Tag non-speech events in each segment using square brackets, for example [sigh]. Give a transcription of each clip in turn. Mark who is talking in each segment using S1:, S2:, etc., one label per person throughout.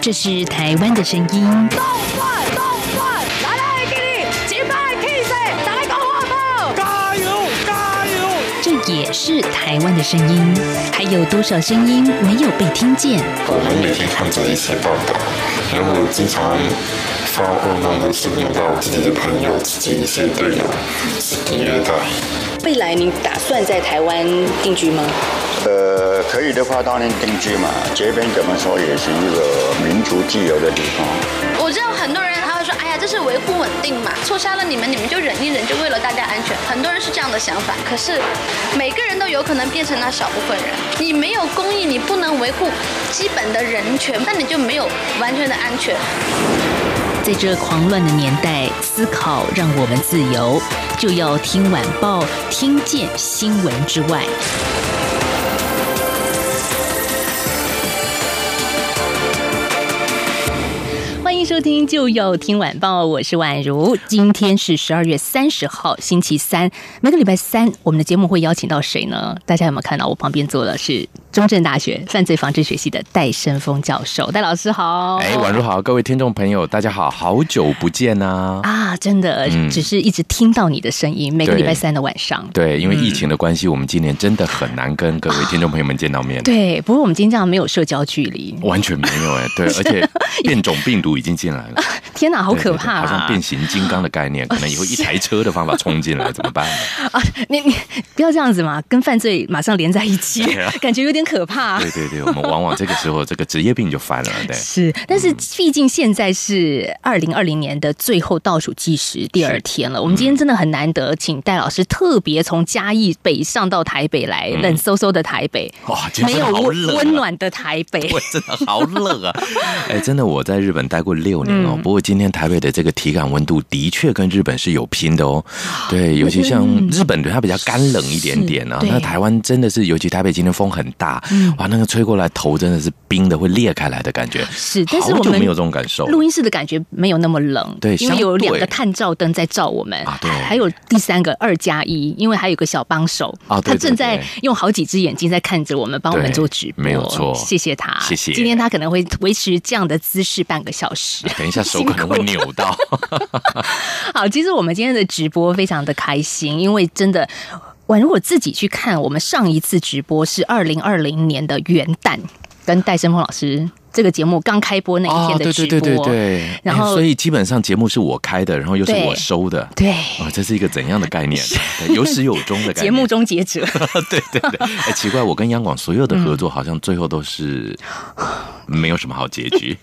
S1: 这是台湾的声音。
S2: 动转动转，来来给你，击败 K 谁？再来讲话不？
S3: 加油加油！
S1: 这也是台湾的声音，还有多少声音没有被听见？
S4: 我们每天看着一些报道，然后经常发噩梦，都是梦到自己的朋友、自己一些队友是敌虐待。
S5: 未来您打算在台湾定居吗？
S6: 呃，可以的话当然定居嘛，这边怎么说也是一个民族自由的地方。
S7: 我知道很多人他会说，哎呀，这是维护稳定嘛，错杀了你们，你们就忍一忍，就为了大家安全。很多人是这样的想法，可是每个人都有可能变成那少部分人。你没有公益，你不能维护基本的人权，那你就没有完全的安全。
S1: 在这狂乱的年代，思考让我们自由，就要听晚报，听见新闻之外。欢迎收听就要听晚报，我是宛如。今天是十二月三十号，星期三。每个礼拜三，我们的节目会邀请到谁呢？大家有没有看到我旁边坐的是中正大学犯罪防治学系的戴胜峰教授？戴老师好。
S8: 哎，宛如好，各位听众朋友，大家好，好久不见呐、
S1: 啊，真的，
S8: 嗯
S1: 只是一直听到你的声音。每个
S8: 对
S1: 礼拜三的晚上，
S8: 对，因为疫情的关系，我们今年真的很难跟各位听众朋友们见到面。
S1: 嗯对不过我们今天这样没有社交距离，
S8: 完全没有哎、
S1: [laughs]
S8: 对，而且变种病毒已经进来了，
S1: 天哪，好
S8: 对对
S1: 可
S8: 对
S1: 怕
S8: 好像
S1: 啊！
S8: 变形金刚的
S1: [laughs]
S8: 概念，可能以后一台车的方法冲进来，怎么办呢？
S1: 啊，你你不要这样子嘛，跟犯罪马上连在一起，
S8: 对啊
S1: 感觉有点可怕。
S8: 对对对，我们往往这个时候，这个职业病就犯了，对。
S1: 是，但
S8: 嗯
S1: 是毕竟现在是二零二零年的最后倒数计时第二天
S8: 嗯
S1: 了。我们今天真的很难得，请戴老师特别从嘉义北上到台北来，冷飕飕的台北，
S8: 哇，
S1: [laughs]
S8: 今
S1: 没
S8: 天
S1: 有
S8: 真嗯的好
S1: 温
S8: 冷、啊，
S1: 温暖的台北。
S8: 我真的好冷啊！ [laughs] 哎，真的，我在日本待过六年
S1: 嗯
S8: 哦。不过今天台北的这个体感温度的确跟日本是有拼的哦。对，尤其像日本，对它比较干冷一点点啊
S1: 嗯是。对嗯
S8: 那台湾真的是，尤其台北今天风很大，哇，那个吹过来头真的是冰的，会裂开来的感觉。
S1: 啊是，但是
S8: 好
S1: 我
S8: 久
S1: 们
S8: 没有这种感受了。
S1: 录音室的感觉没有那么冷，
S8: 对
S1: 因为
S8: 相对
S1: 有两个探照灯在照我们，
S8: 啊对
S1: 还有第三个二加一，因为还有个小帮手，
S8: 啊对
S1: 他正在
S8: 对对
S1: 用好几只眼睛在看着我们，帮我们
S8: 对
S1: 做直播，
S8: 没有错
S1: 谢谢他，
S8: 谢谢
S1: 今天他可能会维持这样的姿势半个小时。 [laughs]
S8: 哎等一下手可能会扭到。
S1: 好，其实我们今天的直播非常的开心，因为真的。宛如我自己去看，我们上一次直播是二零二零年的元旦，跟戴胜峰老师这个节目刚开播那一天的
S8: 啊对
S1: 直
S8: 对
S1: 播，
S8: 对对对。
S1: 然后
S8: 哎所以基本上节目是我开的，然后又是
S1: 对
S8: 我收的。
S1: 对
S8: 哦，这是一个怎样的
S1: [laughs]
S8: 概念？对有始有终的概念。
S1: 节目终结者， [laughs]
S8: 对对对，哎，奇怪，我跟央广所有
S1: 嗯
S8: 的合作好像最后都是没有什么好结
S1: [laughs]
S8: 局，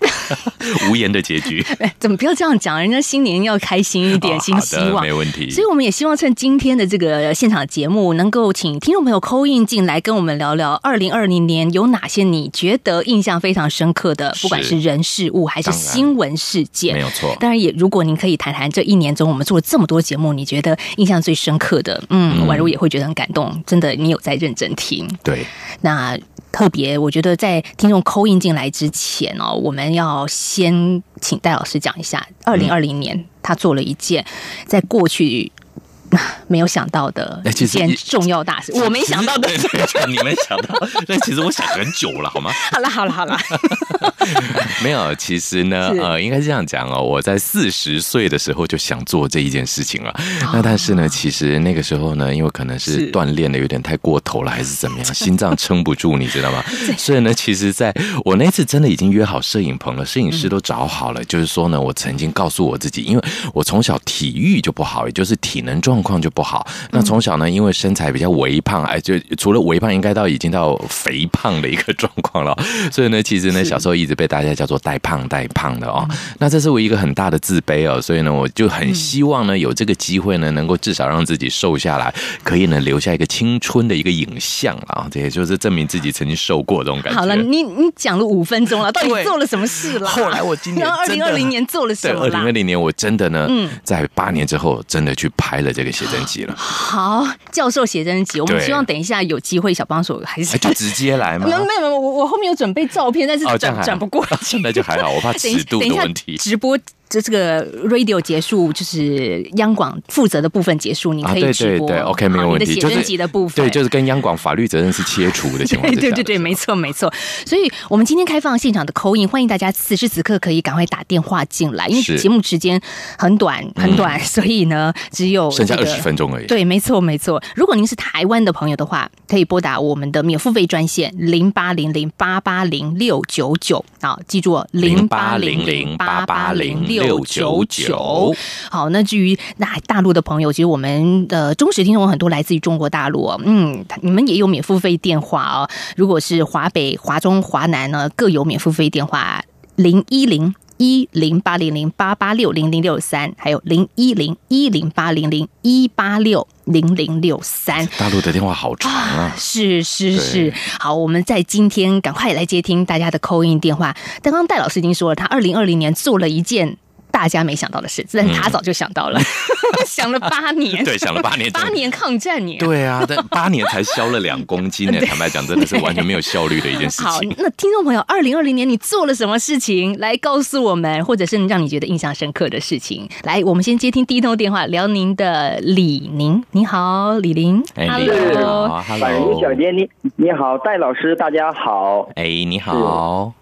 S8: 无言的结局。
S1: 哎怎么不要这样讲？人家新年要开心一 [laughs] 点，
S8: 哦
S1: 新
S8: 好
S1: 希
S8: 的
S1: 望
S8: 没。问题。
S1: 所以我们也希望趁今天的这个现场节目，能够请听众朋友扣印进来，跟我们聊聊二零二零年有哪些你觉得印象非常深刻的，
S8: 是
S1: 不管是人事物还是
S8: 当然
S1: 新闻事件，
S8: 没有错
S1: 当然也，如果您可以谈谈这一年中我们做了这么多节目，你觉得印象最深刻的，嗯，
S8: 嗯
S1: 宛如也会觉得很感动。真的，你有在认真听。
S8: 对，
S1: 那特别，我觉得在听众扣印进来之前哦，我们要先请戴老师讲一下，
S8: 嗯
S1: 二零二零年他做了一件在过去。 [laughs] 啊没有想到的
S8: 哎
S1: 一
S8: 其实
S1: 件
S8: 一
S1: 重要大事，我没想到的。
S8: 对对 [laughs] 对你们想到， [laughs] 但其实我想很久了，好吗？
S1: 好了，好了，好
S8: [laughs]
S1: 了，
S8: 没有，其实呢
S1: 是，
S8: 呃，应该是这样讲哦。我在四十岁的时候就想做这一件事情了。那但是呢，其实那个时候呢，因为可能
S1: 是
S8: 是锻炼的有点太过头了，还是怎么样，心脏撑不住，你知道吗？所以呢，其实在我那次真的已经约好摄影棚了，摄影师都找好了。就是说呢，我曾经告诉我自己，因为我从小体育就不好，也就是体能状况就不好。那
S1: 嗯
S8: 从小呢，因为身材比较微胖，哎，就除了微胖，应该到已经到肥胖的一个状况了。 [laughs] 所以呢，其实呢，小时候一直被大家叫做“带胖带胖”的
S1: 嗯
S8: 哦。那这是我一个很大的自卑哦，所以呢，我就很希望呢，有这个机会呢，能够至少让自己瘦下来，可以呢留下一个青春的一个影像啊。这也就是证明自己曾经瘦过这种感
S1: [laughs]
S8: 觉。
S1: 好了，你你讲了五分钟了，到底
S8: 对
S1: 做了什么事了？
S8: [laughs] 后来我
S1: [laughs]
S8: 今年
S1: 然后二
S8: 真
S1: 零
S8: 的
S1: 二零年做了
S8: 对，
S1: 什么
S8: 二零
S1: 啦嗯
S8: 二？零年我真的呢，在八年之后真的去拍了这个写真集
S1: [laughs]
S8: 了，
S1: 好，教授写真集，我们
S8: 对
S1: 希望等一下有机会小帮手还是
S8: 哎，就直接来
S1: [laughs]
S8: 嘛
S1: 没。有没有，没有我我后面有准备照片，但是
S8: [laughs] 哦这
S1: 转
S8: 样还好。
S1: 转不过去
S8: 那就还好，我怕
S1: 等一
S8: 尺
S1: 下
S8: 度
S1: 等一
S8: 的
S1: 下
S8: 问题。
S1: 直播这这个 radio 结束，就是央广负责的部分结束，你
S8: 啊，
S1: 可
S8: 对
S1: 以直
S8: 对
S1: 播。
S8: 对，OK，
S1: 好
S8: 没有问
S1: 你的
S8: 题，
S1: 写
S8: 就
S1: 真
S8: 是
S1: 集的部分，
S8: 对，就是跟央广法律责任是切除的情况
S1: [laughs] 对
S8: 之下，
S1: 对对对，没错没错。所以，我们今天开放现场的扣印，欢迎大家此时此刻可以赶快打电话进来，因为
S8: 是嗯
S1: 节目时间很短很短，所以呢，只有
S8: 剩下
S1: 这
S8: 二
S1: 个
S8: 十分钟而已。
S1: 对，没错，没错。如果您是台湾的朋友的话，可以拨打我们的免付费专线零八零零八八零六九九啊，记住零八零零八八零六九九。好，那至于那大陆的朋友，其实我们的忠实听众有很多来自于中国大陆哦，嗯，你们也有免付费电话哦。如果是华北、华中、华南呢，各有免付费电话零一零。一零八零零八八六零零六三，还有零一零一零八零零一八六零零六三，
S8: 大陆的电话好长啊，
S1: [laughs] 是是
S8: 对
S1: 是，好，我们在今天赶快来接听大家的扣音电话。刚刚戴老师已经说了，他二零二零年做了一件大家没想到的事，但是他早就想到了， [laughs] 想了八年，
S8: 嗯对，想了八年，
S1: 八。年抗战年。
S8: 对啊，但八年才消了两
S1: [laughs]
S8: 公斤呢，坦白讲，真的是完全没有效率的一件事
S1: 好
S8: [laughs] 情。，
S1: 那听众朋友，二零二零年你做了什么事情？来告诉我们，或者是让你觉得印象深刻的事情。来，我们先接听第一通电话，辽宁的李宁，你好，李宁
S8: 哎，你
S1: ，Hello，
S8: 好
S9: 婉如
S8: ，Hello，
S9: 小姐，你你好，戴老师，大家好。
S8: 哎，你好，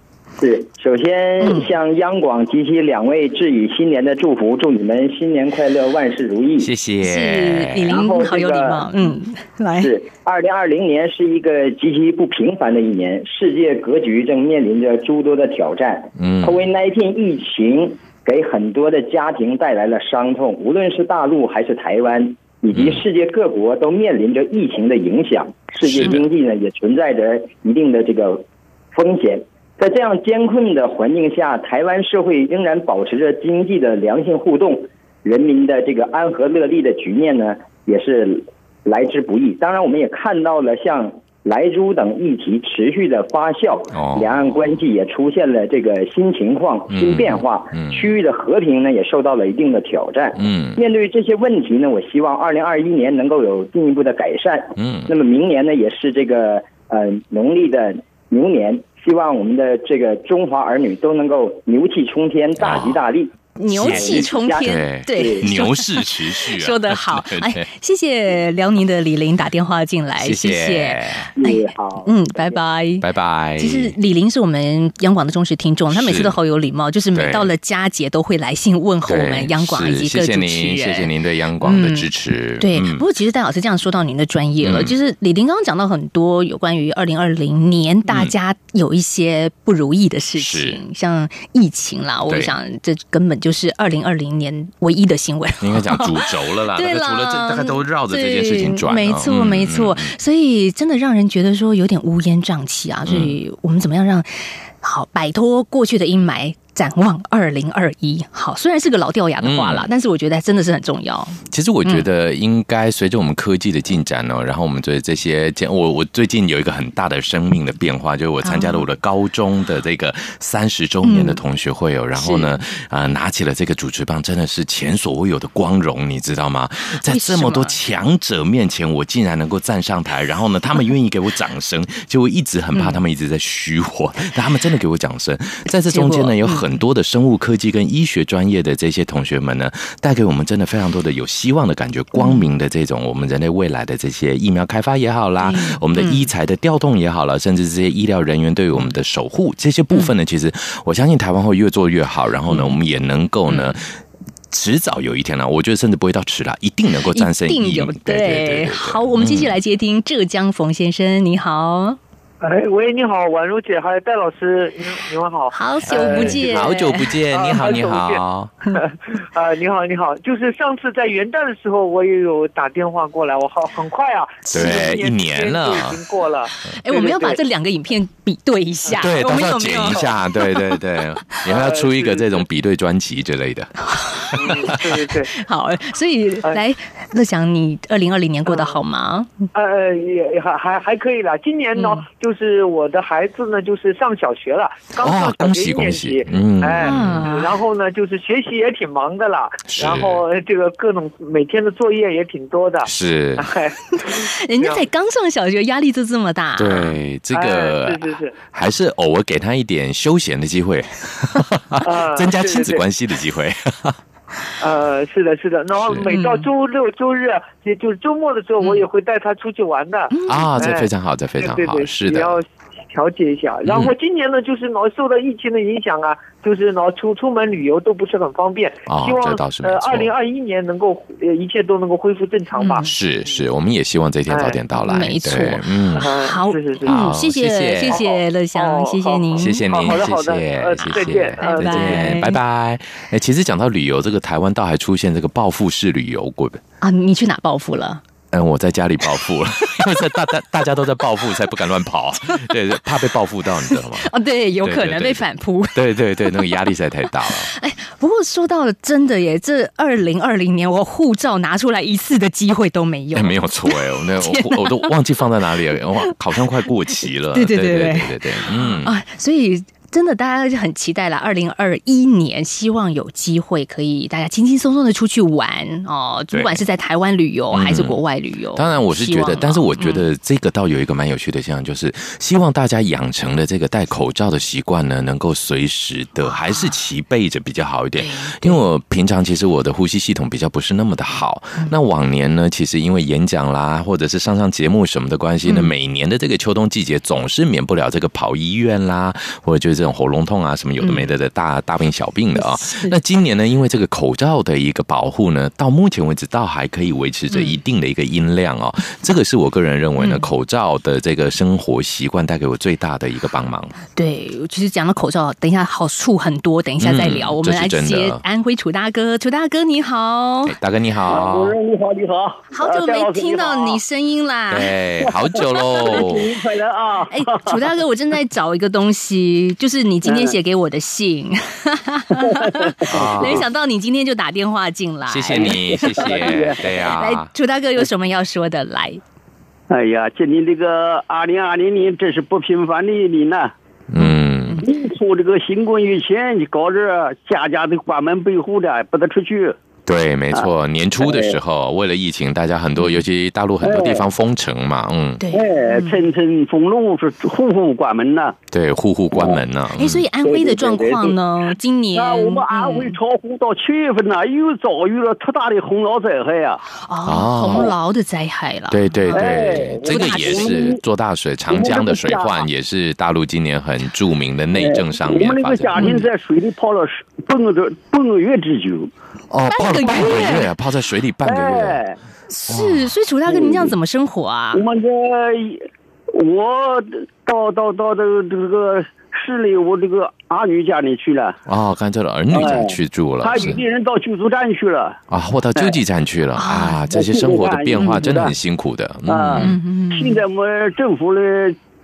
S9: 是，首
S1: 嗯
S9: 先向央广及其两位致以新年的祝福，祝你们新年快乐，万事如意。
S8: 谢
S1: 是哦李
S8: 谢。
S9: 然后
S1: 宁，
S9: 这
S1: 好有礼
S9: 个
S1: 貌，嗯，来，
S9: 是，二零二零年是一个极其不平凡的一年，世界格局正面临着诸多的挑战。
S8: 嗯
S9: COVID-19 疫情给很多的家庭带来了伤痛，无论是大陆还是台湾，以
S8: 嗯
S9: 及世界各国都面临着疫情的影响，世界经济呢也存在着一定的这个风险。在这样艰困的环境下，台湾社会仍然保持着经济的良性互动，人民的这个安和乐利的局面呢，也是来之不易。当然，我们也看到了像莱猪等议题持续的发酵，
S8: 哦
S9: 两岸关系也出现了这个新情况、
S8: 嗯
S9: 新变化，
S8: 嗯
S9: 区域的和平呢也受到了一定的挑战。
S8: 嗯
S9: 面对这些问题呢，我希望二零二一年能够有进一步的改善。
S1: [laughs]
S8: 嗯
S9: 那么明年呢，也是这个呃农历的牛年，希望我们的这个中华儿女都能够牛气冲天、大吉大利。
S1: 牛气冲天，
S8: 对
S1: 对，
S8: 牛市持续
S1: [laughs]
S8: 啊，
S1: 说得好
S8: [laughs] 对，对
S1: 哎，谢谢辽宁的李玲打电话进来，
S8: 谢
S1: 谢谢，哎
S9: 你好，
S1: 嗯，拜拜。
S8: 拜拜。
S1: 其实李玲是我们央广的忠实听众，她每次
S8: 是
S1: 都好有礼貌，就是每
S8: 对
S1: 到了佳节都会来信问候
S8: 对
S1: 我们央广
S8: 是
S1: 以及各
S8: 谢
S1: 主
S8: 谢
S1: 持人。
S8: 您，谢谢您对央广的支持。
S1: 对，
S8: 嗯
S1: 不过其实戴老师这样说到您的专业了，
S8: 嗯
S1: 就是李玲刚刚讲到很多有关于二零二零年大家有一些不如意的事情，像疫情啦，我
S8: 对
S1: 想这根本就是二零二零年唯一的新闻。
S8: 应该讲主轴
S1: [laughs]
S8: 了啦，
S1: 对
S8: 大概除了这，
S1: 啦
S8: 大概都绕着这件事情转哦。
S1: 对没错，
S8: 嗯
S1: 没错。所以真的让人觉得说有点乌烟瘴气啊。所以我们怎么样让好摆脱过去的阴霾？展望二零二一，好，虽然是个老掉牙的话啦，但是我觉得真的是很重要。
S8: 其实我
S1: 嗯
S8: 觉得应该随着我们科技的进展哦，然后我们对这些见，我我最近有一个很大的生命的变化，就是我参加了我的高中的这个三十周年的同学会哦，然后呢，啊，拿起了这个主持棒，真的是前所未有的光荣，你知道吗？在
S1: 为什
S8: 这么多
S1: 么
S8: 强者面前，我竟然能够站上台，然后呢，他们愿意给我掌声，就我一直很
S1: 嗯
S8: 怕他们一直在虚我，但他们真的给我掌声，在这中间
S1: 结果嗯
S8: 呢，有很多的生物科技跟医学专业的这些同学们呢，带给我们真的非常多的有希望的感觉，光明的这种我们人类未来的这些疫苗开发也好啦，
S1: 嗯
S8: 我们的医材的调动也好了，甚至这些医疗人员对于我们的守护这些部分
S1: 嗯
S8: 呢，其实我相信台湾会越做越好，然后呢，我们也能够呢。
S1: 嗯
S8: 迟早有一天啊呢、我觉得甚至不会到迟啦，一定能够战胜
S1: 一定
S8: 疫
S1: 有
S8: 苗对对对对对
S1: 好，我们继续来接听浙江冯先生，你好，
S3: 哎，喂，你好，宛如姐，还有戴老师，你你们好。
S1: 好久不见，
S8: 好久不见，
S3: 啊
S8: 你好，
S3: 好久
S8: 你
S3: 不见
S8: 好，
S3: 啊、你好，你好，就是上次在元旦的时候，我也有打电话过来，我好很快啊，
S8: 对
S3: 一
S8: 一年了
S3: 时间就已经过
S8: [laughs]
S3: 了。
S1: 哎，我们要把这两个影片比对一下，
S8: 对，
S1: 我
S8: 到
S1: 们
S8: 时候
S1: 有没
S8: 剪
S1: 有？
S8: 一下，对对对，
S3: [laughs]
S8: 以后要出一个这种比对专辑之类的。
S3: 嗯对对对，
S1: 好，所以来，乐祥，你二零二零年过得好吗？
S3: 呃
S8: 嗯
S3: 呃，也还还还可以啦。今年呢，就就是我的孩子呢，就是上小学了，刚上
S8: 哦，
S3: 小
S8: 恭
S3: 学
S8: 喜
S3: 一年
S8: 恭
S3: 级
S8: 喜，，嗯，
S3: 哎
S1: 啊，
S3: 然后呢，就是学习也挺忙的啦，
S8: 是
S3: 然后呃这个各种每天的作业也挺多的，
S8: 是，
S3: 哎，
S1: [laughs] 人家才刚上小学，压力就这么大，，
S8: 对这个
S3: 哎是是是
S8: 还是偶尔给他一点休闲的机会，[laughs]
S3: 啊
S8: 增加
S3: 对对
S8: 亲子
S3: 对
S8: 关系的机会。
S3: 呃，是的，是的。然后
S8: 是嗯
S3: 每到周六、周日，啊也就是周末的时候，我也会带他出去玩的。
S8: [laughs] 啊，这
S3: 哎
S8: 非常好，这非
S3: 对
S8: 常
S3: 对
S8: 好，
S3: 对，
S8: 是
S3: 也
S8: 的，嗯
S3: 要调节一下。然后今年呢，就是老受到疫情的影响啊，就是老出出门旅游都不是很方便。
S8: 哦
S3: 希望
S8: 这倒是没
S3: 呃，
S8: 错
S3: 二零二一年能够呃一切都能够恢复正常吧。
S8: 是是，我们也希望这一天早点到来。
S1: 哎没错
S8: 对嗯，
S3: 嗯，
S1: 好
S3: 是是是。
S8: 好
S1: 嗯，谢
S8: 谢谢
S1: 谢谢乐祥，
S3: 哦
S1: 谢谢您，
S8: 谢谢您，
S3: 好的
S8: 谢
S3: 好的
S8: 谢
S3: 呃
S8: 谢
S3: 再
S8: 谢
S3: 见，
S1: 拜
S8: 再
S1: 拜
S8: 见，拜拜。哎，其实讲到旅游，这个台湾倒还出现这个报复式旅游过。
S1: 啊，你去哪报复了？
S8: 嗯，我在家里报复了， [laughs] 因为在大大大家都在报复，才不敢乱跑，啊对，对怕被报复到，你知道吗？
S1: 哦，对，有
S8: 对
S1: 可
S8: 对
S1: 能
S8: 对
S1: 被反扑。
S8: 对对对，那个压力实在太大了。
S1: 不过说到了真的耶，这二零二零年我护照拿出来一次的机会都没有
S8: 哎，。没有错哎，我那我我都忘记放在哪里了，哇，好像快过期了。
S1: 对对
S8: 对
S1: 对
S8: 对
S1: 对
S8: 对对，嗯，
S1: 啊，所以真的大家就很期待了。二零二一年，希望有机会可以大家轻轻松松的出去玩哦，
S8: 对
S1: 不
S8: 嗯
S1: 管是在台湾旅游还是国外旅游。
S8: 当然，我是
S1: 希
S8: 觉
S1: 望
S8: 得，
S1: 啊
S8: 但是我觉得这个倒有一个蛮有趣的现象，就是希望大家养成的这个戴口罩的习惯呢，能够随时的还是齐备着比较好一点。因为我平常其实我的呼吸系统比较不是那么的好，那往年呢，其实因为演讲啦，或者是上上节目什么的关系呢，每年的这个秋冬季节总是免不了这个跑医院啦，或者就是这种喉咙痛啊什么有的没的的大大病小病的啊、那今年呢，因为这个口罩的一个保护呢，到目前为止倒还可以维持着一定的一个音量哦。这个是我个人认为
S9: 嗯
S8: 呢，口罩的这个生活习惯带给我最大的一个帮
S9: [laughs]
S8: 忙。
S1: 对，其实讲到口罩，等一下好处很多，等一下再聊。
S8: 嗯
S1: 我们
S8: 这是
S1: 来
S8: 真的
S1: 接安徽楚大哥，楚大哥你好，
S8: 哎大哥你
S9: 啊，
S8: 好
S9: 主，任你好，你好，
S1: 好久
S9: 呃戴
S1: 没
S9: 老师
S1: 听到
S9: 好
S1: 你声音啦。
S8: 对，哎好久
S9: [laughs]
S8: 喽。
S9: 新年快乐啊！
S1: 哎，楚大哥，我正在找一个东西，就是你今天写给我的信，
S8: [laughs] 啊
S1: 没想到你今天就打电话进来，
S8: 谢
S9: 哎
S8: 谢。你，啊谢谢，对呀、
S1: 来，楚大哥有什么要说的？来，
S9: 哎呀，今年这个二零二零年真是不平凡的一年呐、
S8: 嗯，
S9: 你出这个新冠疫情，你搞这家家都关门闭户的，不得出去。
S8: 对，没错，年初的时候，
S9: 嗯
S8: 为了疫情，大家很多，尤其大陆很多地方封城嘛，嗯，
S1: 对，
S9: 哎，层层封路，是户户关门呐。
S8: 对，户户关门呢、嗯
S1: 哎，所以安徽的状况呢？今年
S9: 啊，我们安徽
S1: 嗯
S9: 巢湖到七月份呢，又哎遭遇了特大的洪涝灾害呀。
S1: 哦，洪涝的灾害了，
S8: 对对对
S9: 哎，
S8: 这个也是做大水，长江的水患也是大陆今年很著名的内政上面
S9: 哎我们那
S8: 发
S9: 个
S8: 生
S9: 家
S8: 的
S9: 庭在水里泡了十半个多半个月之久。
S8: 哦，泡了半
S1: 半
S8: 个
S1: 个
S8: 月，泡在水里半个月，
S9: 哎，
S1: 是，所以楚大哥，您这样怎么生活啊
S9: 我？
S8: 嗯
S9: 们这我到到到这个这个市里，我这个儿女家里去了，
S8: 哦，干脆了儿女家去住了
S9: 他，
S8: 是
S9: 有的人到救助站去了。
S8: 啊，或到救济站去了啊，这些生活的变化真的很辛苦的，
S9: 啊
S8: 嗯，
S9: 现在我们政府呢，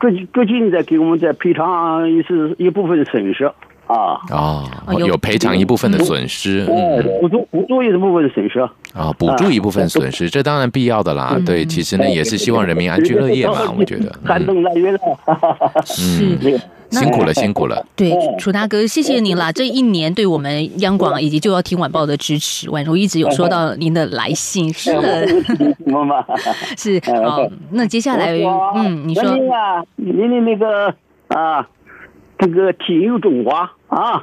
S9: 最最近在给我们在赔偿一次一部分损失啊，
S8: 哦，
S1: 哦有
S8: 有赔偿一部分的损失，嗯。
S9: 补助补助一部分损失，
S8: 啊，补助一部分损失，这当然必要的啦。嗯
S1: 嗯
S8: 对，其实呢也是希望人民安居乐业嘛，
S9: 哎
S8: 我觉得。
S9: 寒
S8: 嗯
S9: 冬来
S8: [laughs]
S9: 月了， [laughs] 哈哈哈哈
S1: 是，那
S8: 辛苦了，辛苦了。
S1: 对，楚大哥，谢谢您啦！这一年对我们央广以及就要听晚报的支持，宛如一直有收到您的来信，真的
S9: 明白吧？
S1: [laughs] 是哦。那接下来，
S9: 我
S1: 嗯，你
S9: 我
S1: 说
S9: 那个啊，您的那个啊，这个体育中华啊。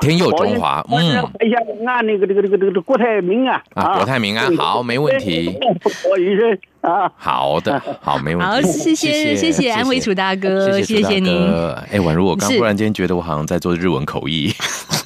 S8: 天佑中华，
S9: 我是
S8: 嗯，
S9: 哎呀，按那个这个这个这个郭台铭啊，
S8: 啊，国泰民安，好，没问题。
S9: [laughs] 我于是啊，
S8: 好的， [laughs] 好，没问
S1: 好，
S8: 题。
S1: 谢谢谢谢安徽楚大哥，
S8: 谢
S1: 谢谢
S8: 楚大
S1: 您。
S8: 哥哎，宛如我刚
S1: 是
S8: 忽然间觉得我好像在做日文口译， [laughs]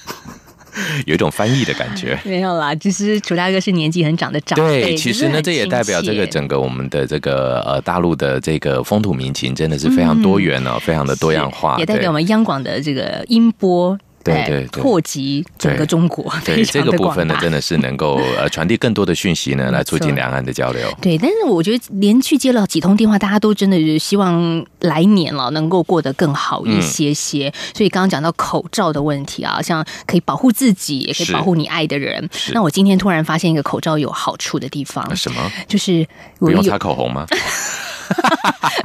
S8: 有一种翻译的感觉。
S1: 没有啦，其实楚大哥是年纪很长的长辈，
S8: 对，其实
S1: 只是
S8: 呢，
S1: 很
S8: 这也
S1: 亲
S8: 代表这个
S1: 切
S8: 整个我们的这个呃大陆的这个风土民情真的是非常多元哦，非常的多样化，
S1: 嗯也代
S8: 对
S1: 表我们央广的这个音波。
S8: 对
S1: 哎
S8: 对对
S1: 扩及整个中国，
S8: 对
S1: 非
S8: 这
S1: 常
S8: 个
S1: 的
S8: 部
S1: 广
S8: 分呢
S1: 大，。
S8: 真的是能够
S1: [laughs]
S8: 呃传递更多的讯息呢，来促进
S1: 错
S8: 两岸的交流。
S1: 对，但是我觉得连续接了几通电话，大家都真的是希望来年了能够过得更好
S8: 嗯
S1: 一些些。所以刚刚讲到口罩的问题啊，像可以保护自己，也可以
S8: 是
S1: 保护你爱的人
S8: 是。
S1: 那我今天突然发现一个口罩有好处的地方
S8: 呃那，什么？
S1: 就是我
S8: 不用
S1: 有 [laughs]
S8: 擦口红吗？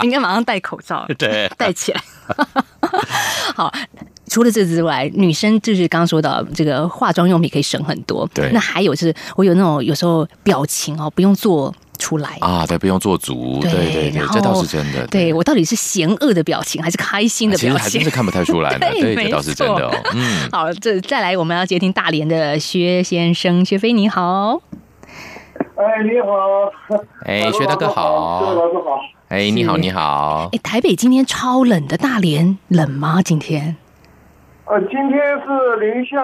S1: 应该马上戴口
S8: [laughs]
S1: 罩，
S8: 对，
S1: 戴起来。 [laughs] 好，除了这之外，女生就是刚刚说到这个化妆用品可以省很多。
S8: 对
S1: 那还有就是，我有那种有时候表情哦，不用做出来。
S8: 啊，对，不用做足，对对对
S1: 然，后
S8: 这倒是真的。
S1: 对我到底是嫌恶的表情还是开心的
S8: 其实
S1: 表
S8: 还真
S1: 情，
S8: 是？看不太出来呢
S1: [laughs] 对
S8: 对，
S1: 没
S8: 这倒是真的哦
S1: 错。 [laughs]
S8: 嗯，
S1: 好，这再来，我们要接听大连的薛先生，薛飞你好，
S3: 哎，你好，
S8: 哎，薛大哥好，
S3: 师好。
S8: 哎，你好，你好，
S1: 哎，台北今天超冷的，大连冷吗？今天
S3: 呃，今天是零下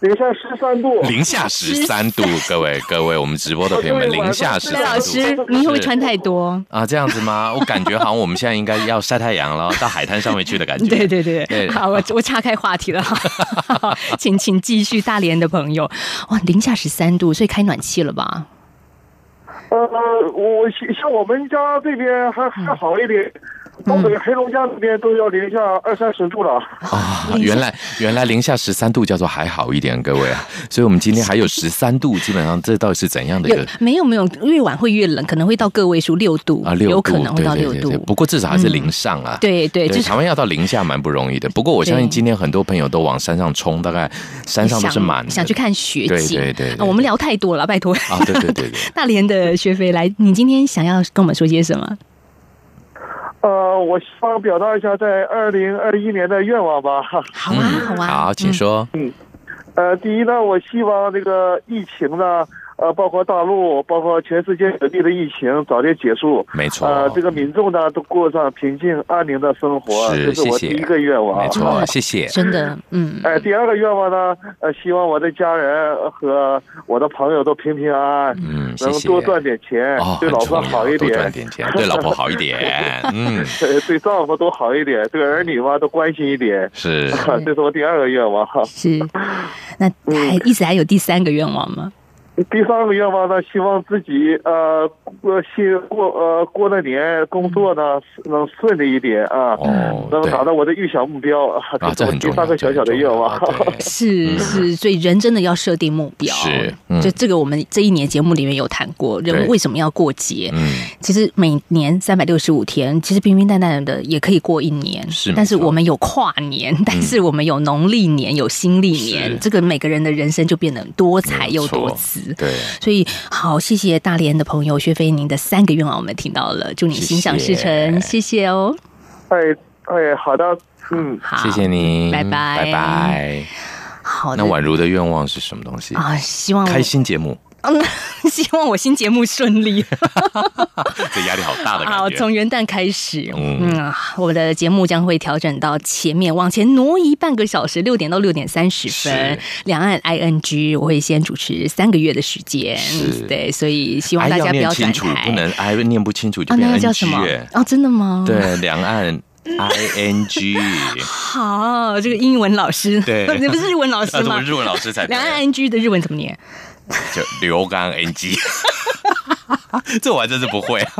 S3: 零下十三度
S1: 哎
S8: 零下十三度，各位各位，我们直播的朋友们，
S3: 对
S8: 零下十
S3: 晚
S8: 三度，
S3: 上
S1: 老师，你会不会穿太多？
S8: 啊，这样
S1: [laughs]
S8: 子吗？我感觉好像我们现在应该要晒太阳了，到海滩上面去的感
S1: [laughs]
S8: 觉。
S1: 对对对，
S8: 对
S1: 好，我我岔开话题 [laughs] 了，请请继续，大连的朋友，哇，零下十三度，所以开暖气了吧？
S3: 呃，我像像我们家这边还
S8: 嗯
S3: 还好一点，东北黑龙江这边都要零下二三十度了。
S8: 啊，原来原来零下十三度叫做还好一点，各位啊，所以我们今天还有十三度，基本上这到底是怎样的一
S1: 有
S8: 个？
S1: 没有没有，越晚会越冷，可能会到个位数六度
S8: 啊，六
S1: 有
S8: 度，
S1: 可能会
S8: 对
S1: 到
S8: 对
S1: 六
S8: 对
S1: 度嗯
S8: 对，不过至少还是零上啊。
S1: 对对，
S8: 对，
S1: 就是
S8: 台湾要到零下蛮不容易的。不过我相信
S1: 对
S8: 今天很多朋友都往山上冲，大概山上都是满的。
S1: 想想去看雪
S8: 对
S1: 景。
S8: 对对对
S1: 啊我们聊太多了，拜托。
S8: 啊，对对对对，
S1: [laughs] 大连的学飞来，你今天想要跟我们说些什么？
S3: 呃，我希望表达一下在二零二一年的愿望吧。 [laughs]
S1: 好啊，好啊，
S8: 嗯好，请说。
S3: 呃，第一呢，我希望这个疫情呢，呃，包括大陆，包括全世界各地的疫情早点结束。
S8: 没错
S3: 呃，这个民众呢都过上平静安宁的生活，
S8: 是，
S3: 这是
S8: 谢
S3: 我
S8: 谢。
S3: 第一个愿望。
S8: 没错，谢谢。
S1: 真的，嗯，
S3: 呃，第二个愿望呢，呃，希望我的家人和我的朋友都平平安安，
S8: 嗯，谢
S3: 能
S8: 谢。
S3: 多赚点钱，
S8: 哦，
S3: 对
S8: 很
S3: 老婆
S8: 重要
S3: 好一
S8: 多
S3: 点，
S8: 赚点钱，对老婆好一
S3: [laughs]
S8: 点。嗯，
S3: 呃对丈夫都好一点，对儿女嘛都关心一点。啊
S8: 是。
S3: 这是我第二个愿望。
S1: 是。那还一直还有第三个愿望吗？
S3: 第三个愿望呢，希望自己呃过新过呃过了年工作呢能顺利一点啊，
S8: 嗯
S3: [laughs]
S8: 哦，
S3: 能
S8: 对
S3: 达到我的预想目标
S8: 啊，这
S3: 是我
S8: 很重
S3: 第
S8: 要。
S3: 三个小小的愿望。
S8: 这很
S3: [laughs]
S8: 重要啊对
S1: 是是，所以人真的要设定目标。
S8: 嗯是嗯
S1: 就这个我们这一年节目里面有谈过，人
S8: 对
S1: 为什么要过节？
S8: 嗯，
S1: [laughs] 其实每年三百六十五天，其实平平淡淡的也可以过一年。
S8: 是没错嗯
S1: 但是我们有跨年，但是我们有农历年，有新历
S8: 是
S1: 年，这个每个人的人生就变得多彩又多
S8: 没错
S1: 姿。
S8: 对，
S1: 所以，好，谢谢大连的朋友薛飞，您的三个愿望我们听到了，祝你
S8: 谢谢
S1: 心想事成，谢谢哦。
S3: [laughs] 哎哎，好的，嗯。
S1: 好，
S8: 谢谢。你，
S1: 拜拜
S8: 拜拜。
S1: 好的
S8: 那宛如的愿望是什么东西？
S1: 啊，希望
S8: 开，心节目，
S1: 嗯， [laughs] 希望我新节目顺利。
S8: 这压力好大的
S1: 好，
S8: 感觉。
S1: 从元旦开始，
S8: 嗯
S1: 嗯，啊我的节目将会调整到前面往前挪移半个小时，六点到六点三十分
S8: 是。
S1: 两岸 ING 我会先主持三个月的时间
S8: 是，
S1: 对，所以希望
S8: 哎
S1: 大
S8: 要
S1: 家不
S8: 念
S1: 要转
S8: 清楚，
S1: 台。
S8: 不能哎念不清楚就
S1: 啊，
S8: 变
S1: 那个
S8: NG
S1: 叫什么
S8: 哎？
S1: 哦，真的吗？。
S8: 对，两
S1: [laughs]
S8: 岸 ing，
S1: 好，这个英文老师，
S8: 对
S1: [laughs] 你不哦是日文老师
S8: [laughs] 那
S1: 吗？
S8: 么日文老师才对
S1: 两岸 NG 的日文怎么念？
S8: 就流
S1: [laughs]
S8: 干 ng，这我还真是不会。啊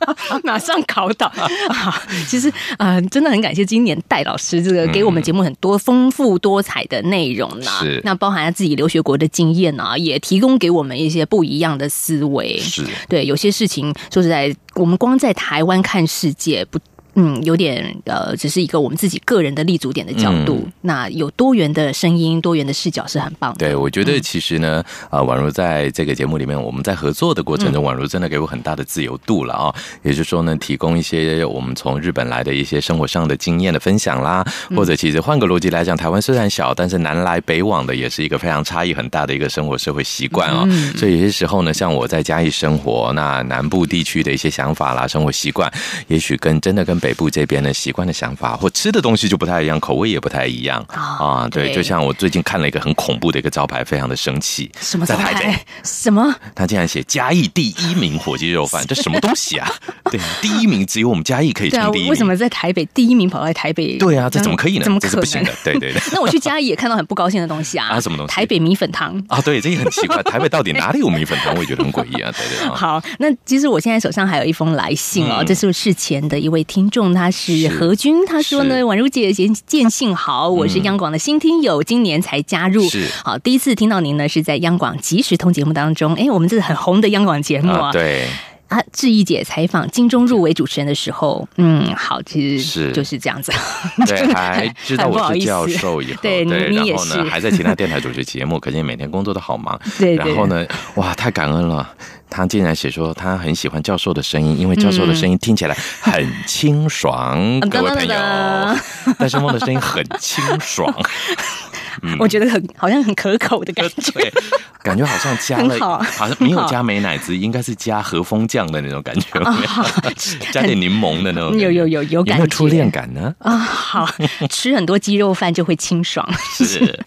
S1: [laughs] 马上考倒。好其实，呃，真的很感谢今年戴老师这个给我们节目很多丰富多彩的内容啦、
S8: 是
S1: 那包含他自己留学国的经验啊，也提供给我们一些不一样的思维。
S8: 是
S1: 对，有些事情说实在，我们光在台湾看世界不。嗯，有点呃，只是一个我们自己个人的立足点的角度。
S8: 嗯
S1: 那有多元的声音、多元的视角是很棒的。嗯
S8: 对，我觉得其实呢，啊、宛如在这个节目里面，我们在合作的过
S1: 嗯
S8: 程中，宛如真的给我很大的自由度了啊、也就是说呢，提供一些我们从日本来的一些生活上的经验的分享啦，
S1: 嗯
S8: 或者其实换个逻辑来讲，台湾虽然小，但是南来北往的也是一个非常差异很大的一个生活社会习惯啊、
S1: 嗯
S8: 所以有些时候呢，像我在嘉义生活，那南部地区的一些想法啦、生活习惯，也许跟真的跟北部这边的习惯的想法或吃的东西就不太一样，口味也不太一样
S1: 啊
S8: 啊。对，
S1: 对
S8: 就像。像我最近看了一个很恐怖的一个招牌，非常的生气。
S1: 什么招
S8: 在台
S1: 牌
S8: 北，？
S1: 什么？
S8: 他竟然写嘉义第一名火鸡肉饭，这什么东西啊？对，第一名只有我们嘉义可以
S1: 对啊，
S8: 称第一名。
S1: 为什么在台北第一名跑来台北？
S8: 对啊，这怎么可以呢？
S1: 怎么
S8: 这
S1: 可
S8: 是
S1: 能？
S8: 不行的。对对对。
S1: [laughs] 那我去嘉义也看到很不高兴的东西啊！
S8: 啊什么东西
S1: 台北米粉汤。
S8: 啊，对，这也很奇怪，台北到底哪里有米粉汤？我也觉得很诡异啊。对对啊，
S1: 好，那其实我现在手上还有一封来信哦，
S8: 嗯
S1: 这是事前的一位听众，他是
S8: 是
S1: 何军，他说呢，
S8: 是嗯
S1: 宛如姐见见信好，我是央广的新听友，今年才加入，
S8: 是
S1: 好，第一次听到您呢是在央广即时通节目当中，哎，我们这是很红的央广节目
S8: 啊，对，
S1: 啊，志毅姐采访金钟入围主持人的时候，嗯，好，其实
S8: 是
S1: 就是这样子，[laughs]
S8: [laughs] 对，还知道
S1: 很不
S8: 我
S1: 好
S8: 是
S1: 意思
S8: 教授以后，
S1: 对你你也
S8: 然后呢
S1: 是
S8: 还在其他电台主持节目，可见每天工作都好忙。
S1: [laughs] 对对
S8: 然后呢，哇，太感恩了。他竟然写说他很喜欢教授的声音，因为教授的声音听起来很清爽，
S1: 嗯
S8: 各位朋
S1: 噔噔噔
S8: 友。戴胜峰的声音很清
S1: [laughs]
S8: 爽，
S1: 我觉得很好像很可口的感觉。
S8: 嗯 [laughs] 对，感觉好像加了，
S1: 很好啊
S8: 好像没有加美乃滋，应该是加和风酱的那种感觉，有没有 [laughs] 加点柠檬的那种感觉。
S1: 有有有有
S8: 有
S1: 感
S8: 没
S1: 觉
S8: 有初恋感
S1: [laughs]
S8: 呢？
S1: 啊、好，吃很多鸡肉饭就会清爽。
S8: 是，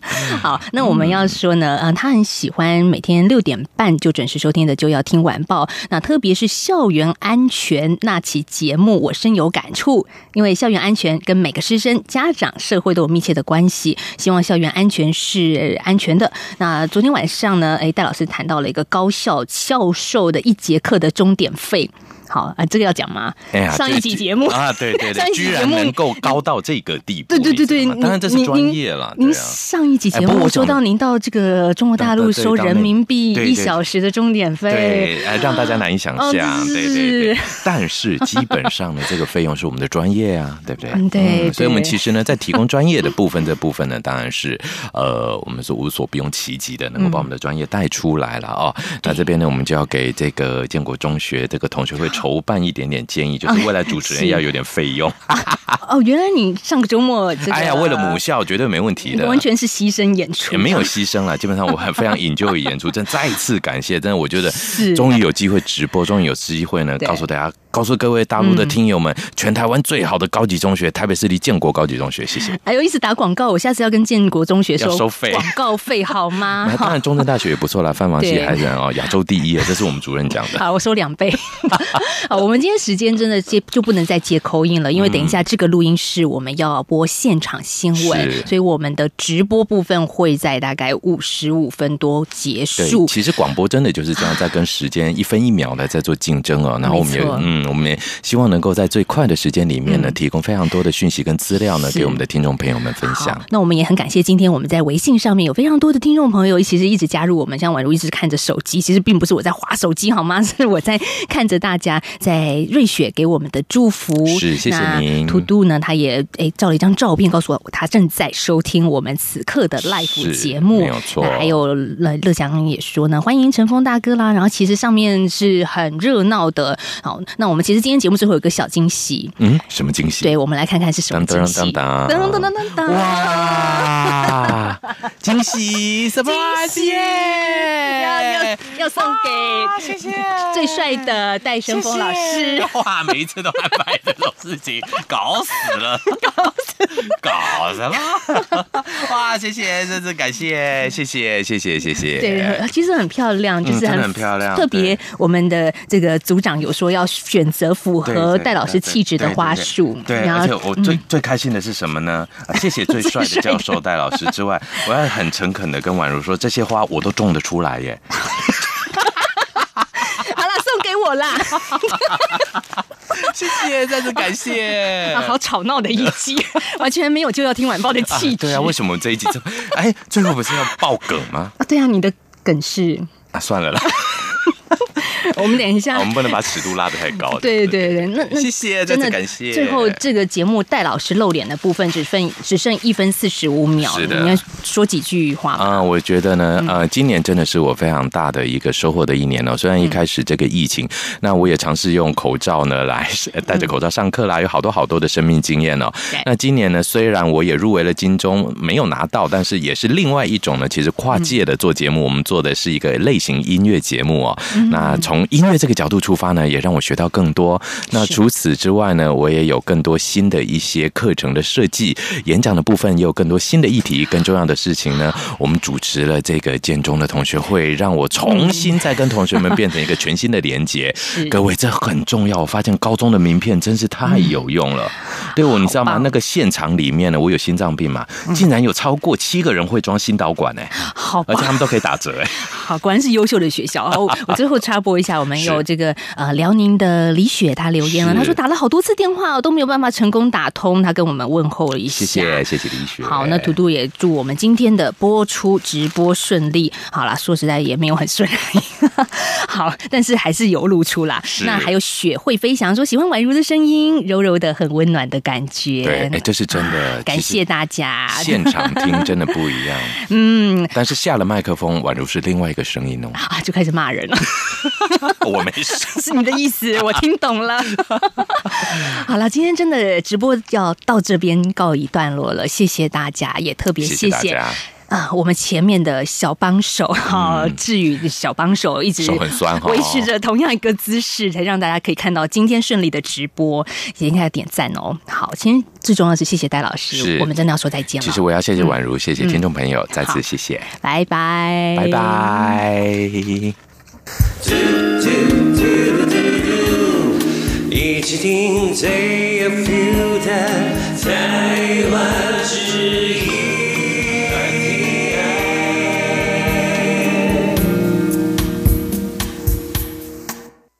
S1: 好，那我们要说呢，嗯、他很喜欢每天六点半就准时收听的就要听晚报。那特别是校园安全那期节目，我深有感触，因为校园安全跟每个师生、家长、社会都有密切的关系。希望校园安全是安全的。那昨天晚上呢，哎，戴老师谈到了一个高校教授的一节课的钟点费。好啊，这个要讲吗？
S8: 哎呀，
S1: 上一
S8: 这
S1: 集
S8: 这
S1: 节目
S8: 啊，对对
S1: 上
S8: 对
S1: 一，集
S8: 居
S1: 节
S8: 然
S1: 目
S8: 能够高到这个地步，
S1: 对对对对，
S8: 你知道吗
S1: 您
S8: 当然这是
S1: 您
S8: 专
S1: 您
S8: 业了，
S1: 您
S8: 对啊。
S1: 上一集节
S8: 哎不过
S1: 目
S8: 我
S1: 说
S8: 想
S1: 到您到这个中国大
S8: 到
S1: 陆
S8: 对
S1: 收
S8: 到
S1: 人
S8: 那
S1: 民币
S8: 对对
S1: 一小时的钟点费，
S8: 对，哎，让大家难以想
S1: 哦
S8: 象，
S1: 是
S8: 对对对。但是基本上呢，这个费用是我们的专业啊，对不对？
S1: 嗯对
S8: 所以，我们
S1: 对
S8: 其实呢，在提供专业的部分这部分呢，当然是呃，我们是无所不用其极的，能够
S1: 嗯
S8: 把我们的专业带出来了哦。那这边呢，我们就要给这个建国中学这个同学会筹办一点点建议，就是未来主持人
S1: 啊是
S8: 要有点费用。
S1: 哦，原来你上个周末这个，呃
S8: 哎呀，为了母校绝对没问题的，
S1: 完全是牺牲演出，啊
S8: 也没有牺牲了，基本上我还非常 enjoy 演出，真再次感谢，真的我觉得
S1: 是
S8: 终于有机会直播，终于有机会呢，
S1: 对嗯
S8: 告诉大家，告诉各位大陆的听友们，全台湾最好的高级中学，台北市立建国高级中学，谢谢。
S1: 还有一直打广告，我下次要跟建国中学
S8: 要收费
S1: 广告费好吗
S8: [laughs] 那？当然，中正大学也不错啦，范房系
S1: 啊对
S8: 还是哦亚洲第一，这是我们主任讲的。
S1: 好，我收两倍。 [laughs] 好，我们今天时间真的接就不能再接口音了，因为等一
S8: 嗯
S1: 下这个录音是我们要播现场新
S8: 是
S1: 闻，所以我们的直播部分会在大概五十五分多结
S8: 对，
S1: 束。
S8: 其实广播真的就是这样，在跟时间一分一秒的在做竞争哦。然后我们也
S1: 没错嗯
S8: 嗯，我们也希望能够在最快的时间里面呢，提供非常多的讯息跟资料呢，
S1: 是
S8: 给我们的听众朋友们分享
S1: 好。，那我们也很感谢今天我们在微信上面有非常多的听众朋友，其实一直加入我们，像宛如一直看着手机，其实并不是我在划手机好吗？ [laughs] 是我在看着大家在瑞雪给我们的祝福。
S8: 是谢谢
S1: 那
S8: 您
S1: 图杜呢，他也诶照了一张照片，告诉我他正在收听我们此刻的 live
S8: 是
S1: 节目，
S8: 没有错
S1: 那还有乐乐祥也说呢，欢迎陈峰大哥啦。然后其实上面是很热闹的。好，那我们其实今天节目最后有一个小惊喜，
S8: 嗯，什么惊喜？
S1: 对我们来看看是什么
S8: 当
S1: 惊
S8: 当
S1: 喜。
S8: 当当
S1: 噔噔噔噔噔。
S8: 哇！惊喜什么？
S1: 惊喜要要要送给啊谢谢最帅的戴胜峰老师。
S8: 哇！每一次都安排这种事情，搞死了，搞什么？哇！谢谢，真是感谢，谢谢，谢谢，谢谢。嗯
S1: 对，其实很漂亮，就是
S8: 真
S1: 很,、
S8: 的很漂亮
S1: 特别
S8: 对
S1: 我们的这个组长有说要选择符
S8: 对
S1: 合
S8: 对
S1: 戴老师
S8: 对
S1: 气质的
S8: 对
S1: 花
S8: 对对
S1: 束，
S8: 对，
S1: 然
S8: 而且
S1: 后嗯
S8: 我最、最开心的是什么呢？啊谢谢最
S1: 最
S8: 帅的
S1: 帅
S8: 教
S1: 的
S8: 授戴老师之外，我要很诚恳的跟宛如说，这些花我都种得出来耶。
S1: 好了，送给我啦！
S8: 谢谢，再次感谢。
S1: 啊 [laughs] 好吵闹的一
S8: [laughs]
S1: 集， [laughs] 完全没有就要听晚报的气质。
S8: 啊。对啊，为什么这一集这么？ [laughs] 哎，最后不是要爆梗吗？
S1: 啊对啊，你的梗
S8: [laughs]
S1: 是，
S8: 啊，
S1: [laughs]
S8: 算了啦，啊
S1: 我们等一
S8: 我
S1: 下
S8: 们。不能把尺度拉得太高。
S1: 对对对，那那
S8: 谢谢，再
S1: 真
S8: 次
S1: 的
S8: 感谢。
S1: 最后这个节目戴老师露脸的部分只剩只剩一分四十五秒，
S8: 是的
S1: 你要说几句话吧。
S8: 啊、我觉得
S1: 嗯
S8: 呢，呃，今年真的是我非常大的一个收获的一年哦。虽然一开始这个疫情，
S1: 嗯
S8: 那我也尝试用口罩呢来呃戴着口罩上课啦，有好多好多的生命经验哦
S1: 对。
S8: 那今年呢，虽然我也入围了金钟，没有拿到，但是也是另外一种呢，其实跨界的做节目，我们做的是一个类型音乐节目哦。
S1: 嗯
S8: 那从音乐这个角度出发呢，也让我学到更多。那除此之外呢，我也有更多新的一些课程的设计，演讲的部分也有更多新的议题。更重要的事情呢，我们主持了这个建中的同学会，让我重新再跟同学们变成一个全新的连
S1: [laughs]
S8: 接。各位，这很重要。我发现高中的名片真是太
S1: 嗯
S8: 有用了。对我，你知道吗？那个现场里面呢，我有心脏病嘛，
S1: 嗯
S8: [laughs] 竟然有超过七个人会装心导管哎、
S1: [laughs] 好吧
S8: 而且，他们都可以打折哎、 [laughs]
S1: 好，果然是优秀的学校啊！我我最后插播一一下，我们有
S8: 是
S1: 这个呃辽宁的李雪，她留言了，
S8: 是
S1: 她说打了好多次电话哦都没有办法成功打通，她跟我们问候了一下。
S8: 谢谢谢谢李雪。
S1: 好，那图图也祝我们今天的播出直播顺利。好啦，说实在也没有很顺利， [laughs] 好，但是还是有露出啦。那还有雪会飞翔说喜欢宛如的声音，柔柔的，很温暖的感觉。
S8: 对，哎，这是真的，
S1: 感
S8: 其
S1: 谢
S8: 实
S1: 大家。
S8: 现场听真的不一样，
S1: [laughs] 嗯
S8: 但是下了麦克风，宛如是另外一个声音哦。
S1: 啊，就开始骂人了，
S8: [laughs] 我没事，
S1: 是你的意思，我听懂
S8: [laughs]
S1: 了。好了，今天真的直播要到这边告一段落了，谢谢大家，也特 [laughs] 别
S8: 谢
S1: 谢
S8: 谢大
S1: 谢
S8: 家，
S1: 啊，我们前面的小帮手 [laughs] 哈，
S8: 嗯
S1: 志宇的小帮手一直
S8: 手很酸哈
S1: 维持着同样一个姿势，才让大家可以看到今天顺利的直播，也应该要点赞哦。好，今天最重要的是谢谢戴老师
S8: 是，
S1: 我们真的要说再见
S8: 其实
S1: 了，
S8: 我要谢谢宛如，谢谢听众朋友，再
S1: 嗯好哎
S8: 次谢谢，
S1: 拜拜，
S8: 拜拜。
S10: 一起听 Day of You 的台湾之音。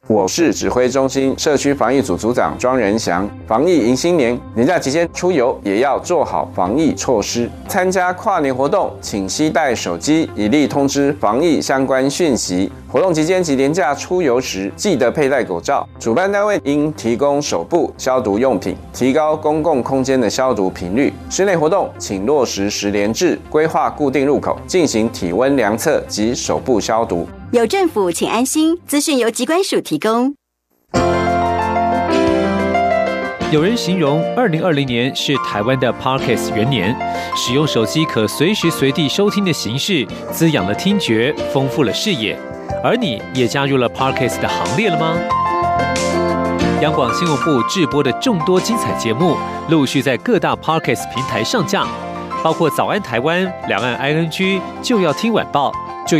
S11: 我是指挥中心社区防疫组组长庄仁祥。防疫迎新年，年假期间出游也要做好防疫措施。参加跨年活动，请携带手机，以利通知防疫相关讯息。活动期间及年假出游时，记得佩戴口罩。主办单位应提供手部消毒用品，提高公共空间的消毒频率。室内活动请落实十连制，规划固定入口，进行体温量测及手部消毒。
S12: 有政府，请安心。资讯由机关署提供。
S13: 有人形容二零二零年是台湾的 Parkes 元年，使用手机可随时随地收听的形式，滋养了听觉，丰富了视野。而你也加入了 Parkes 的行列了吗？央广新闻部制播的众多精彩节目，陆续在各大 Parkes 平台上架，包括《早安台湾》、《两岸 ING》、就要听晚报、这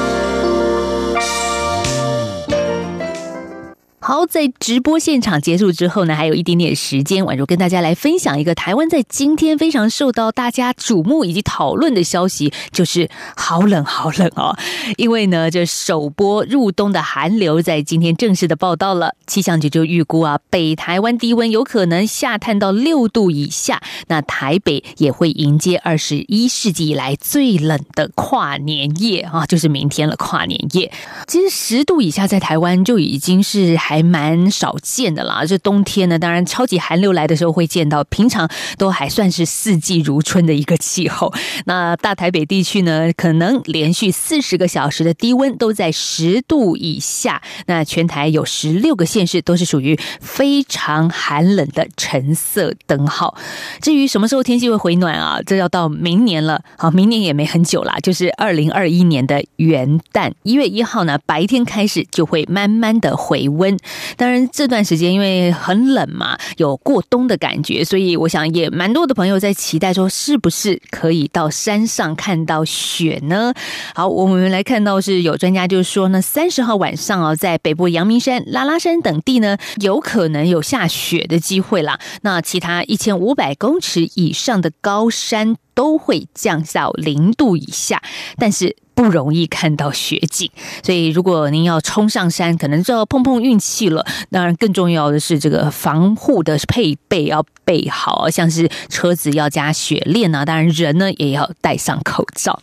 S1: 好，在直播现场结束之后呢，还有一点点时间，宛如跟大家来分享一个台湾在今天非常受到大家瞩目以及讨论的消息，就是好冷好冷哦， [laughs] 因为呢，这首波入冬的寒流在今天正式的报道了，气象局就预估啊，北台湾低温有可能下探到六度以下，那台北也会迎接二十一世纪以来最冷的跨年夜啊，就是明天了跨年夜。其实十度以下在台湾就已经是还蛮少见的啦。这冬天呢，当然超级寒流来的时候会见到，平常都还算是四季如春的一个气候。那大台北地区呢，可能连续四十个小时的低温都在十度以下。那全台有十六个县市都是属于非常寒冷的橙色灯号。至于什么时候天气会回暖啊，这要到明年了。好，明年也没很久啦，就是二零二一年的元旦，一月一号呢，白天开始就会慢慢的回温。当然这段时间因为很冷嘛，有过冬的感觉，所以我想也蛮多的朋友在期待说，是不是可以到山上看到雪呢？好，我们来看到是有专家就是说呢，三十号晚上啊，在北部阳明山、拉拉山等地呢，有可能有下雪的机会啦。那其他一千五百公尺以上的高山都会降到零度以下，但是。不容易看到雪景，所以如果您要冲上山，可能就要碰碰运气了。当然，更重要的是这个防护的配备要备好，像是车子要加雪链啊，当然人呢也要戴上口罩。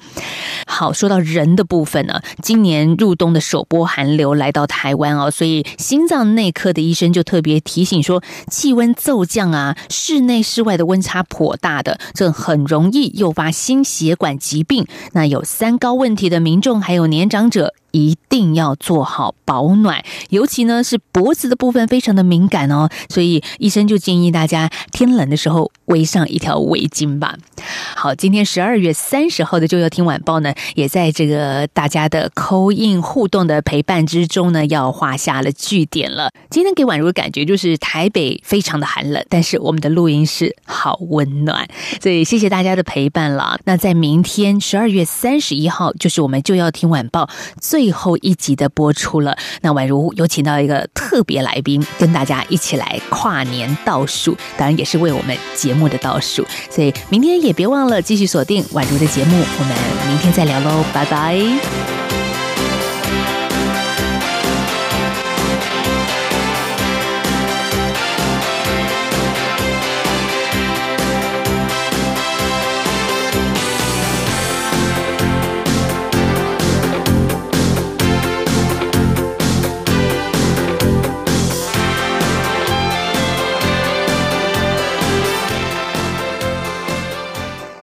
S1: 好，说到人的部分呢，今年入冬的首波寒流来到台湾哦，所以心脏内科的医生就特别提醒说，气温骤降啊，室内室外的温差颇大的，这很容易诱发心血管疾病。那有三高问题的民众，还有年长者。一定要做好保暖，尤其呢是脖子的部分非常的敏感哦，所以医生就建议大家天冷的时候围上一条围巾吧。好，今天十二月三十号的就要听晚报呢，也在这个大家的扣印互动的陪伴之中呢，要画下了句点了。今天给宛如的感觉就是台北非常的寒冷，但是我们的录音室好温暖，所以谢谢大家的陪伴了。那在明天十二月三十一号，就是我们就要听晚报最后一集的播出了。那宛如有请到一个特别来宾，跟大家一起来跨年倒数，当然也是为我们节目的倒数。所以明天也别忘了继续锁定宛如的节目，我们明天再聊喽，拜拜。